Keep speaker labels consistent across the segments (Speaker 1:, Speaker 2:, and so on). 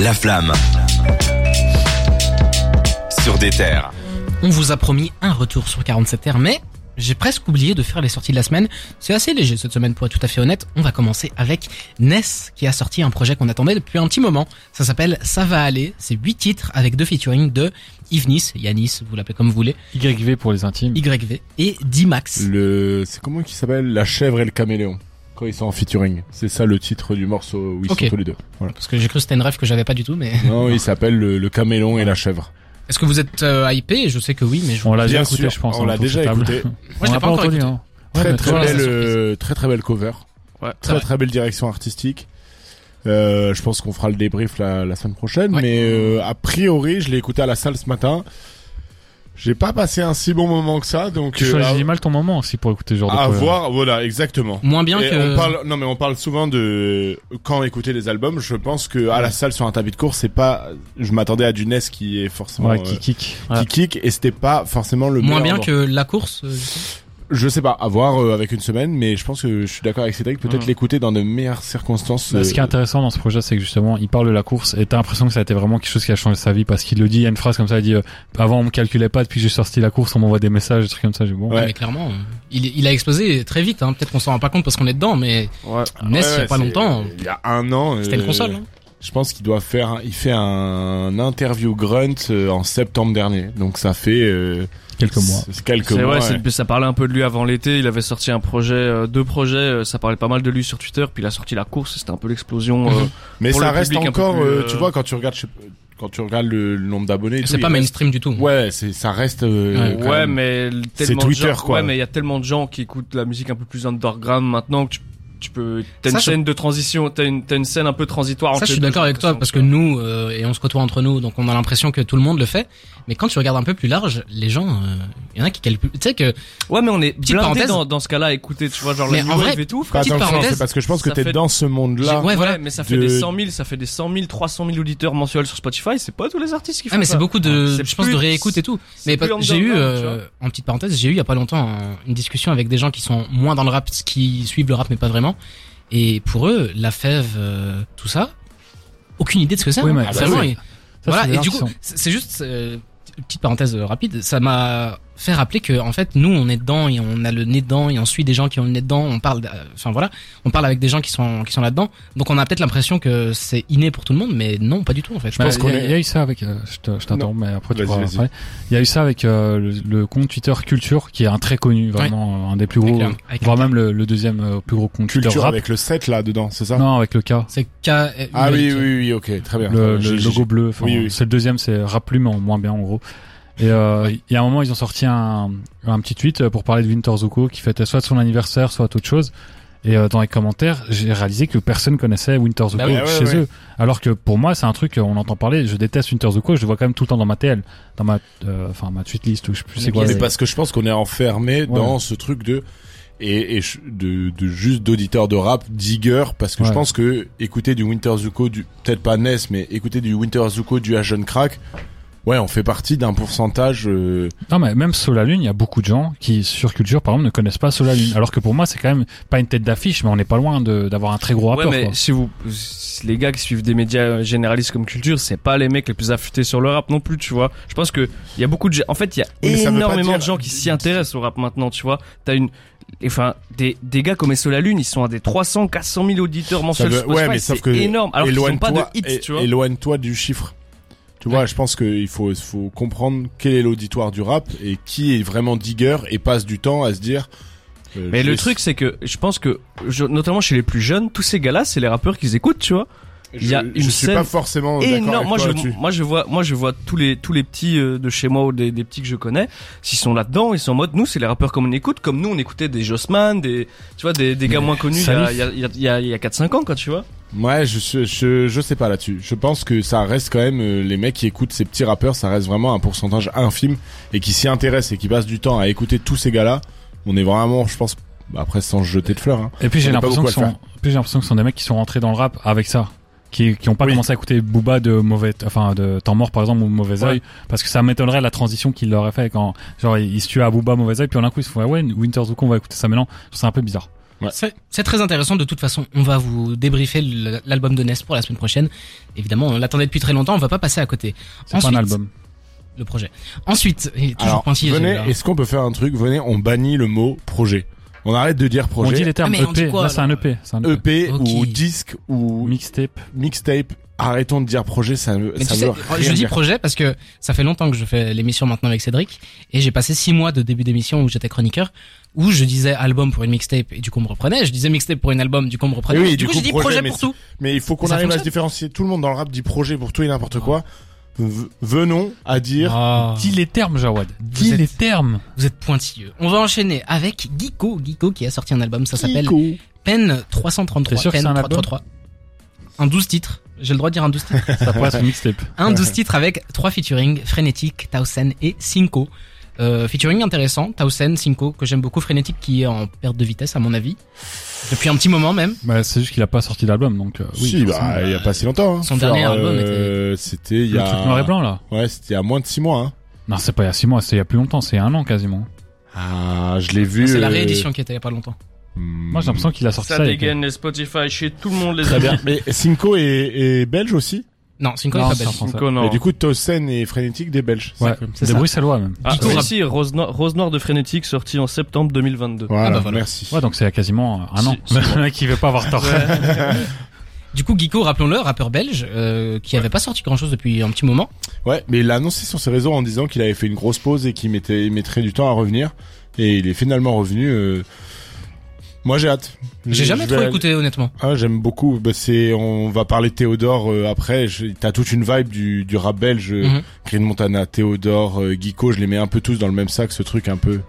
Speaker 1: La flamme. Sur des terres.
Speaker 2: On vous a promis un retour sur 47 Terres, mais j'ai presque oublié de faire les sorties de la semaine. C'est assez léger cette semaine pour être tout à fait honnête. On va commencer avec Ness qui a sorti un projet qu'on attendait depuis un petit moment. Ça s'appelle Ça va aller. C'est huit titres avec deux featuring de Yves Yanis, vous l'appelez comme vous voulez,
Speaker 3: YV pour les intimes.
Speaker 2: YV et D-Max.
Speaker 4: Le, c'est comment qui s'appelle La chèvre et le caméléon. Quand ils sont en featuring. C'est ça le titre du morceau où ils
Speaker 2: Ok.
Speaker 4: sont tous les deux. Voilà.
Speaker 2: Parce que j'ai cru que c'était une rêve que j'avais pas du tout, mais
Speaker 4: Non, il s'appelle le, le caméléon et la chèvre.
Speaker 2: est-ce que vous êtes euh, hypé Je sais que oui, mais je...
Speaker 3: On l'a déjà
Speaker 4: Bien
Speaker 3: écouté,
Speaker 4: sûr,
Speaker 3: je pense.
Speaker 4: on
Speaker 3: hein,
Speaker 4: l'a
Speaker 3: autour de
Speaker 4: déjà
Speaker 3: cette table.
Speaker 4: écouté.
Speaker 3: On
Speaker 2: je l'ai
Speaker 3: l'a
Speaker 2: pas
Speaker 3: pas
Speaker 2: encore
Speaker 3: entendu.
Speaker 2: écouté.
Speaker 3: hein. Ouais,
Speaker 4: Très
Speaker 3: mais
Speaker 4: très,
Speaker 3: toi,
Speaker 2: voilà,
Speaker 4: belle,
Speaker 2: c'est
Speaker 4: euh, très très belle cover.
Speaker 3: Ouais.
Speaker 4: Très
Speaker 2: vrai.
Speaker 4: très belle direction artistique. Euh, je pense qu'on fera le débrief la, la semaine prochaine,
Speaker 2: Ouais.
Speaker 4: mais euh, a priori, je l'ai écouté à la salle ce matin. J'ai pas passé un si bon moment que ça, donc
Speaker 3: Tu
Speaker 4: euh,
Speaker 3: choisis mal ton moment aussi pour écouter ce genre de
Speaker 4: à, à
Speaker 3: projet.
Speaker 4: voir. Voilà, exactement.
Speaker 2: Moins bien
Speaker 4: Et
Speaker 2: que...
Speaker 4: on parle, non mais on parle souvent de quand écouter les albums. Je pense que à la salle sur un tapis de course, c'est pas. Je m'attendais à du NES qui est forcément
Speaker 3: Ouais,
Speaker 4: euh,
Speaker 3: qui Bah, kick.
Speaker 4: qui kick et c'était pas forcément le
Speaker 2: Moins
Speaker 4: meilleur
Speaker 2: bien
Speaker 4: endroit.
Speaker 2: que la course. euh, je sais.
Speaker 4: Je sais pas, à voir euh, avec une semaine, mais je pense que je suis d'accord avec Cédric,
Speaker 2: Mhm.
Speaker 4: peut-être
Speaker 3: Mm.
Speaker 4: l'écouter dans de meilleures circonstances.
Speaker 3: Bah, Ce qui est
Speaker 4: euh,
Speaker 3: intéressant dans ce projet, c'est que justement, il parle de la course et t'as l'impression que ça a été vraiment quelque chose qui a changé sa vie parce qu'il le dit, il y a une phrase comme ça, il dit euh, Avant on me calculait pas, depuis que j'ai sorti la course, on m'envoie des messages, des trucs comme ça. J'ai dit, Bon,
Speaker 4: Ouais.
Speaker 2: Mais clairement, euh, il, il a explosé très vite. Hein. Peut-être qu'on s'en rend pas compte parce qu'on est dedans, mais Ness, il y a pas
Speaker 4: c'est-
Speaker 2: longtemps.
Speaker 4: Il y a un an.
Speaker 2: c'était
Speaker 4: euh,
Speaker 2: une console. hein.
Speaker 4: Je pense qu'il doit faire, un- il fait un interview grunt euh, en septembre dernier, donc ça fait euh,
Speaker 3: quelques mois.
Speaker 4: c- quelques
Speaker 5: C'est
Speaker 4: mois.
Speaker 5: ouais,
Speaker 4: ouais.
Speaker 5: c'est- ça parlait un peu de lui avant l'été. Il avait sorti un projet, euh, deux projets. euh, ça parlait pas mal de lui sur Twitter. Puis il a sorti la course. C'était un peu l'explosion. euh,
Speaker 2: Mhm.
Speaker 4: Mais
Speaker 5: pour
Speaker 4: ça
Speaker 5: le
Speaker 4: reste
Speaker 5: public un peu
Speaker 4: encore,
Speaker 5: plus,
Speaker 4: euh,
Speaker 5: euh,
Speaker 4: tu vois, quand tu regardes, je sais pas, quand tu regardes le, le nombre d'abonnés, et tout,
Speaker 2: C'est
Speaker 4: il
Speaker 2: pas
Speaker 4: reste-
Speaker 2: mainstream du tout.
Speaker 4: Ouais, c'est ça reste. euh,
Speaker 2: Ouais.
Speaker 4: quand
Speaker 5: ouais,
Speaker 4: même.
Speaker 5: mais l-
Speaker 4: C'est
Speaker 5: tellement de
Speaker 4: Twitter,
Speaker 5: gens-
Speaker 4: quoi.
Speaker 5: Ouais, mais il y a tellement de gens qui écoutent la musique un peu plus underground maintenant que tu, tu peux. T'as
Speaker 2: Ça,
Speaker 5: une
Speaker 2: je-
Speaker 5: chaîne de transition. T'as une, t'as une scène un peu transitoire.
Speaker 2: Ça,
Speaker 5: entre
Speaker 2: je
Speaker 5: les
Speaker 2: suis
Speaker 5: deux,
Speaker 2: d'accord
Speaker 5: j'ai
Speaker 2: avec toi parce que
Speaker 5: l'impression,
Speaker 2: nous euh, et on se côtoie entre nous, donc on a l'impression que tout le monde le fait. Mais quand tu regardes un peu plus large, les gens, euh, il y en a qui calculent. Tu sais que
Speaker 5: Ouais, mais on est blindé
Speaker 2: parenthèse.
Speaker 5: dans, dans ce cas-là. Écoutez, tu vois, genre
Speaker 2: Mais
Speaker 5: la
Speaker 2: en
Speaker 5: new wave
Speaker 2: vrai,
Speaker 5: et tout. frère.
Speaker 4: Pas
Speaker 2: Petite
Speaker 4: dans le sens,
Speaker 2: parenthèse,
Speaker 4: c'est parce que je pense que
Speaker 5: ça
Speaker 4: t'es
Speaker 5: fait-
Speaker 4: dans ce monde-là.
Speaker 2: j'ai- ouais, voilà.
Speaker 5: mais ça fait
Speaker 4: de-
Speaker 5: des 100 000, ça fait des 100 000, 300 000 auditeurs mensuels sur Spotify. C'est pas tous les artistes qui font
Speaker 2: Ah mais
Speaker 5: ça.
Speaker 2: c'est beaucoup de,
Speaker 5: C'est
Speaker 2: je pense
Speaker 5: plus-
Speaker 2: de réécoute et tout.
Speaker 5: c'est
Speaker 2: Mais parce-
Speaker 5: plus
Speaker 2: j'ai eu,
Speaker 5: underground, tu vois.
Speaker 2: euh, en petite parenthèse, j'ai eu il y a pas longtemps un- une discussion avec des gens qui sont moins dans le rap, qui suivent le rap mais pas vraiment. Et pour eux, la fève, euh, tout ça, aucune idée de ce que c'est.
Speaker 3: Oui,
Speaker 2: hein.
Speaker 3: mais- Ah bah
Speaker 2: Vraiment,
Speaker 3: oui.
Speaker 2: et-
Speaker 3: Ça, c'est
Speaker 2: voilà,
Speaker 3: des
Speaker 2: et du coup,
Speaker 3: gens qui sont-
Speaker 2: c'est c'est juste euh, petite parenthèse euh, rapide, ça m'a fait rappeler que en fait nous on est dedans et on a le nez dedans et on suit des gens qui ont le nez dedans, on parle d'- euh, enfin voilà, on parle avec des gens qui sont qui sont là-dedans. Donc on a peut-être l'impression que c'est inné pour tout le monde mais non, pas du tout en fait.
Speaker 4: Je pense
Speaker 3: Bah,
Speaker 4: qu'on
Speaker 3: il y a-
Speaker 4: est-
Speaker 3: Il y a eu ça avec. euh, je te- je t'interromps, mais après tu
Speaker 4: Vas-y,
Speaker 3: pourras
Speaker 4: vas-y.
Speaker 3: après. Il y a eu ça avec euh, le, le compte Twitter Culture, qui est un très connu, vraiment euh, un des plus
Speaker 2: Avec
Speaker 3: gros,
Speaker 2: la- avec la-
Speaker 3: voire même le, le deuxième euh, plus gros compte Twitter
Speaker 4: Culture
Speaker 3: rap.
Speaker 4: avec le 7 là dedans, c'est ça
Speaker 3: Non, avec le K.
Speaker 2: C'est euh, K
Speaker 4: Ah oui, oui, oui, ok, très bien.
Speaker 3: le,
Speaker 4: J'ai-
Speaker 3: le
Speaker 4: j'ai-
Speaker 3: logo bleu. enfin,
Speaker 4: Oui, oui.
Speaker 3: C'est le deuxième, c'est Raplume en moins bien en gros. Et euh, il y a un moment, ils ont sorti un, un petit tweet euh, pour parler de Winter Zuko qui fêtait soit son anniversaire, soit autre chose. Et euh, dans les commentaires, j'ai réalisé que personne connaissait Winter Zuko
Speaker 2: Bah oui,
Speaker 4: ouais,
Speaker 3: chez
Speaker 4: ouais.
Speaker 3: eux. Alors que pour moi, c'est un truc euh, on entend parler. Je déteste Winter Zuko, je le vois quand même tout le temps dans ma TL, dans ma, euh, enfin ma tweet list ou je sais plus
Speaker 2: Mais
Speaker 3: c'est quoi.
Speaker 2: bien
Speaker 4: Mais
Speaker 2: Ouais.
Speaker 4: parce que je pense qu'on est enfermé dans ce truc de et, et ch- de, de juste d'auditeur de rap digger parce que je
Speaker 3: Ouais.
Speaker 4: pense que écouter du Winter Zuko du peut-être pas Ness mais écouter du Winter Zuko du Asian Crack ouais on fait partie d'un pourcentage euh,
Speaker 3: Non mais même Solalune, il y a beaucoup de gens qui sur culture par exemple ne connaissent pas Solalune. Alors que pour moi, c'est quand même pas une tête d'affiche, mais on n'est pas loin de- d'avoir un très gros rappeur.
Speaker 5: ouais, mais
Speaker 3: quoi.
Speaker 5: si vous, si les gars qui suivent des médias euh, généralistes comme Culture, c'est pas les mecs les plus affûtés sur le rap non plus, tu vois. Je pense que il y a beaucoup de, gens- en fait, il y a
Speaker 4: Oui, mais ça veut pas
Speaker 5: énormément
Speaker 4: dire-
Speaker 5: de gens qui s'y intéressent au rap maintenant, tu vois. T'as une, enfin, des, des gars comme Esso la Lune, ils sont à des 300, 400 000 auditeurs mensuels.
Speaker 4: veut-
Speaker 5: sur Spotify,
Speaker 4: ouais, mais
Speaker 5: c'est
Speaker 4: sauf que
Speaker 5: énorme. Alors qu'ils ont
Speaker 4: éloigne-toi
Speaker 5: pas de hits,
Speaker 4: é-
Speaker 5: tu vois.
Speaker 4: éloigne-toi du chiffre tu vois je pense qu'il faut faut comprendre quel est l'auditoire du rap et qui est vraiment digger et passe du temps à se dire euh,
Speaker 5: Mais
Speaker 4: je
Speaker 5: le
Speaker 4: vais-
Speaker 5: truc, c'est que je pense que, je- notamment chez les plus jeunes, tous ces gars-là, c'est les rappeurs qu'ils écoutent, tu vois. il y a
Speaker 4: je-
Speaker 5: une
Speaker 4: je suis
Speaker 5: scène
Speaker 4: pas forcément
Speaker 5: Et
Speaker 4: Oh, d'accord
Speaker 5: non,
Speaker 4: avec
Speaker 5: moi
Speaker 4: toi
Speaker 5: je,
Speaker 4: là-dessus.
Speaker 5: moi je vois, moi je vois tous les tous les petits euh, de chez moi ou des, des petits que je connais, s'ils sont là-dedans, ils sont en mode nous c'est les rappeurs comme on écoute, comme nous on écoutait des Jossman, des tu vois des, des gars moins connus il y a il y a- il y a, il y a, il y a 4-5 ans quoi tu vois.
Speaker 4: Ouais, je, je, je, je sais pas là-dessus. Je pense que ça reste quand même, euh, les mecs qui écoutent ces petits rappeurs, ça reste vraiment un pourcentage infime et qui s'y intéressent et qui passent du temps à écouter tous ces gars-là. On est vraiment, je pense, bah après sans se jeter de fleurs. Hein.
Speaker 3: Et puis j'ai
Speaker 4: On est pas
Speaker 3: l'impression
Speaker 4: beaucoup
Speaker 3: que
Speaker 4: à
Speaker 3: sont,
Speaker 4: le
Speaker 3: puis j'ai l'impression que ce sont des mecs qui sont rentrés dans le rap avec ça, qui qui ont pas
Speaker 4: Oui.
Speaker 3: commencé à écouter Booba de mauvais, enfin de temps mort par exemple ou mauvais
Speaker 5: Ouais.
Speaker 3: oeil, parce que ça m'étonnerait la transition qu'il leur a fait quand genre ils se tuaient à Booba mauvais oeil, puis en un coup ils se font ah ouais Winter Zuko on va écouter ça maintenant, c'est un peu bizarre.
Speaker 4: Ouais.
Speaker 2: C'est c'est très intéressant. De toute façon, on va vous débriefer le- l'album de Ness pour la semaine prochaine. Évidemment, on l'attendait depuis très longtemps. On va pas passer à côté.
Speaker 3: C'est pas un
Speaker 2: Ensuite,
Speaker 3: album.
Speaker 2: Le projet. Ensuite, il est toujours hein.
Speaker 4: Alors,
Speaker 2: pointillé,
Speaker 4: venez,
Speaker 2: celui-là.
Speaker 4: est-ce qu'on peut faire un truc Venez, on bannit le mot projet. On arrête de dire
Speaker 3: On dit
Speaker 4: projet.
Speaker 3: les termes
Speaker 2: Ah, mais on dit
Speaker 3: EP.
Speaker 2: quoi,
Speaker 3: Là, c'est un
Speaker 2: alors
Speaker 3: EP. C'est un EP.
Speaker 4: EP
Speaker 2: Ok.
Speaker 4: ou disque ou
Speaker 3: Mixtape.
Speaker 4: mixtape. Arrêtons de dire projet, ça, veut-
Speaker 2: Mais
Speaker 4: ça
Speaker 2: tu sais,
Speaker 4: veut rien
Speaker 2: je dis
Speaker 4: dire.
Speaker 2: projet parce que ça fait longtemps que je fais l'émission maintenant avec Cédric et j'ai passé six mois de début d'émission où j'étais chroniqueur où je disais album pour une mixtape et du coup on me reprenait, je disais mixtape pour une album, du coup on me reprenait.
Speaker 4: Et oui,
Speaker 2: du,
Speaker 4: du
Speaker 2: coup,
Speaker 4: coup,
Speaker 2: j'ai dit
Speaker 4: projet,
Speaker 2: projet
Speaker 4: mais
Speaker 2: pour
Speaker 4: c'est-
Speaker 2: tout.
Speaker 4: Mais il faut qu'on
Speaker 2: Ça
Speaker 4: arrive à se
Speaker 2: fonctionne.
Speaker 4: différencier. Tout le monde dans le rap dit projet pour tout et n'importe quoi. V- venons à dire.
Speaker 2: Ah.
Speaker 3: Dis les termes, Jawad. Dis
Speaker 2: êtes-
Speaker 3: les termes.
Speaker 2: Vous êtes pointilleux. On va enchaîner avec Geeko, Geeko qui a sorti un album, ça s'appelle
Speaker 4: Kiko.
Speaker 2: Pen 333.
Speaker 3: T'es sûr que
Speaker 2: Pen
Speaker 3: c'est un album
Speaker 2: 333. Un 12 titres. J'ai le droit de dire un 12 titres.
Speaker 3: Ça passe mixtape.
Speaker 2: Un 12 titres avec trois featuring, Frenetic, Tausen et Cinco. Euh, featuring intéressant, Tausen, Cinco, que j'aime beaucoup, Frenetic qui est en perte de vitesse à mon avis, depuis un petit moment même.
Speaker 3: Bah, c'est juste qu'il a pas sorti d'album, donc, euh, oui.
Speaker 4: si,
Speaker 3: forcément.
Speaker 4: bah, il y a pas si longtemps. Hein.
Speaker 2: Son dernier album
Speaker 4: était. C'était il y
Speaker 3: Le
Speaker 4: a.
Speaker 3: truc noir et blanc, là.
Speaker 4: Ouais, c'était il y a moins de 6 mois. Hein.
Speaker 3: Non, c'est pas il y a six mois, c'est il y a plus longtemps, c'est un an quasiment.
Speaker 4: Ah, je l'ai vu.
Speaker 2: C'est la
Speaker 4: euh,
Speaker 2: réédition qui était il y a pas longtemps.
Speaker 4: hmm.
Speaker 3: Moi, j'ai l'impression qu'il a sorti ça.
Speaker 5: Ça
Speaker 3: avec-
Speaker 5: dégaine les Spotify chez tout le monde, les
Speaker 4: Très
Speaker 5: amis.
Speaker 4: bien. Mais Cinco est, est belge aussi.
Speaker 2: Non, Cinco
Speaker 3: Non,
Speaker 2: est pas
Speaker 3: c'est
Speaker 2: belge.
Speaker 3: en français.
Speaker 5: Cinco, non.
Speaker 4: Et du coup, Tosen et Frénétique des Belges.
Speaker 3: Ouais,
Speaker 2: c'est
Speaker 3: des
Speaker 2: ça.
Speaker 3: bruxellois même.
Speaker 5: Ah,
Speaker 2: Geeko
Speaker 5: mais
Speaker 2: Rap.
Speaker 5: si, Rose, Noire- Rose Noire de Frénétique, sorti en septembre 2022.
Speaker 4: Voilà,
Speaker 2: Ah bah voilà.
Speaker 4: merci.
Speaker 3: Ouais, donc c'est il y a quasiment un an.
Speaker 5: Si,
Speaker 3: Le mec, il veut pas avoir tort.
Speaker 2: Du coup, Geeko, rappelons-le, rappeur belge, euh, qui avait pas sorti grand-chose depuis un petit moment.
Speaker 4: Ouais, mais il a annoncé sur ses réseaux en disant qu'il avait fait une grosse pause et qu'il mettait, il mettrait du temps à revenir. Et il est finalement revenu. euh, Moi, j'ai hâte.
Speaker 2: J'ai
Speaker 4: Je-
Speaker 2: jamais
Speaker 4: je vais
Speaker 2: trop
Speaker 4: aller-
Speaker 2: écouté, honnêtement.
Speaker 4: Ah, j'aime beaucoup. Bah, c'est, on va parler de Théodore euh, après. Je- T'as toute une vibe du, du rap belge. euh,
Speaker 2: Mhm.
Speaker 4: Green Montana, Théodore, euh, Guico, je les mets un peu tous dans le même sac, ce truc un peu.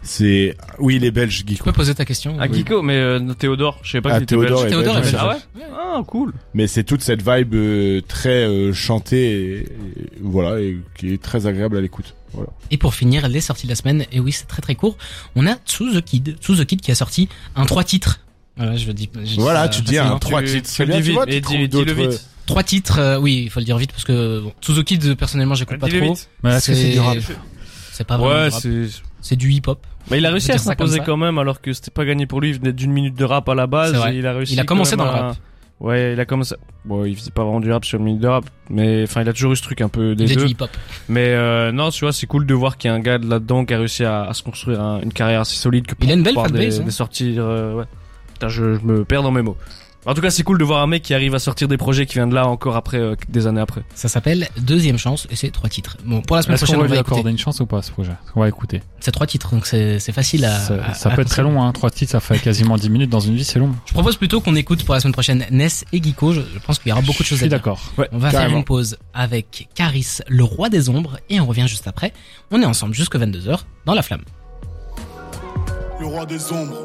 Speaker 4: C'est. Oui, les Belges,
Speaker 2: Tu
Speaker 4: Guico.
Speaker 2: peux poser ta question
Speaker 5: Ah, Kiko, mais euh, Théodore, je sais pas
Speaker 4: Ah,
Speaker 5: qu'il était
Speaker 4: Théodore
Speaker 5: belge.
Speaker 4: est
Speaker 2: Théodore
Speaker 4: belge,
Speaker 2: est belge.
Speaker 5: Ah ouais Ah, cool.
Speaker 4: Mais c'est toute cette vibe euh, très euh, chantée, et, et voilà, et qui est très agréable à l'écoute. Voilà.
Speaker 2: Et pour finir, les sorties de la semaine, et oui, c'est très très court, on a Sous the Kid. Sous the Kid qui a sorti un trois titres. Voilà, je dis, je dis euh,
Speaker 4: Voilà,
Speaker 2: ça
Speaker 4: tu dis
Speaker 2: facilement.
Speaker 4: un Trois
Speaker 5: Tu-
Speaker 4: titres,
Speaker 5: tu
Speaker 4: c'est
Speaker 5: le
Speaker 4: bien,
Speaker 5: dis
Speaker 4: tu vois,
Speaker 5: vite,
Speaker 4: tu
Speaker 5: et
Speaker 4: trouves
Speaker 5: dis- Dis-le
Speaker 4: d'autres-
Speaker 5: vite.
Speaker 2: Trois titres, euh, oui, il faut le dire vite parce que bon, Sous the Kid, personnellement,
Speaker 4: euh,
Speaker 2: j'écoute pas
Speaker 5: Dis-le
Speaker 2: trop.
Speaker 5: vite.
Speaker 3: Mais est-ce que c'est du rap
Speaker 2: C'est
Speaker 4: Ah,
Speaker 2: pas vraiment
Speaker 5: Ouais,
Speaker 2: du rap.
Speaker 5: c'est...
Speaker 2: c'est du hip-hop.
Speaker 5: Mais il a réussi
Speaker 2: On peut
Speaker 5: à
Speaker 2: dire ça
Speaker 5: s'imposer
Speaker 2: comme ça.
Speaker 5: quand même, alors que c'était pas gagné pour lui. Il venait d'une minute de rap à la base.
Speaker 2: C'est vrai.
Speaker 5: et il a réussi.
Speaker 2: Il a commencé
Speaker 5: quand même
Speaker 2: dans le
Speaker 5: à-
Speaker 2: rap.
Speaker 5: Ouais, il a commencé. Bon, il faisait pas vraiment du rap sur une minute de rap, mais enfin, il a toujours eu ce truc un peu des
Speaker 2: Il y a
Speaker 5: deux.
Speaker 2: du hip-hop.
Speaker 5: Mais euh, non, tu vois, c'est cool de voir qu'il y a un gars de là-dedans qui a réussi à, à se construire un- une carrière assez solide. Que pour
Speaker 2: Il a une belle
Speaker 5: pouvoir
Speaker 2: fanbase,
Speaker 5: Des,
Speaker 2: hein.
Speaker 5: des sorties, euh, ouais. Putain, je, je me perds dans mes mots. En tout cas, c'est cool de voir un mec qui arrive à sortir des projets qui vient de là encore après, euh, des années après.
Speaker 2: Ça s'appelle Deuxième Chance et c'est trois titres. Bon, pour la semaine
Speaker 3: Est-ce qu'on
Speaker 2: prochaine, on
Speaker 3: va lui
Speaker 2: va
Speaker 3: accorder
Speaker 2: écouter.
Speaker 3: une chance ou pas, ce projet? On va écouter.
Speaker 2: C'est trois titres, donc c'est c'est facile à.
Speaker 3: Ça
Speaker 2: à-
Speaker 3: ça
Speaker 2: à
Speaker 3: peut être très
Speaker 2: conseiller.
Speaker 3: long, hein. Trois titres, ça fait quasiment 10 minutes dans une vie, c'est long.
Speaker 2: Je propose plutôt qu'on écoute pour la semaine prochaine Ness et Geeko. Je, je pense qu'il y aura beaucoup de choses
Speaker 3: Je
Speaker 2: à
Speaker 3: suis
Speaker 2: dire.
Speaker 3: d'accord.
Speaker 2: On va faire
Speaker 4: Carrément.
Speaker 2: une pause avec Caris, le roi des ombres, et on revient juste après. On est ensemble jusqu'à 22h dans la flamme.
Speaker 1: le roi des ombres.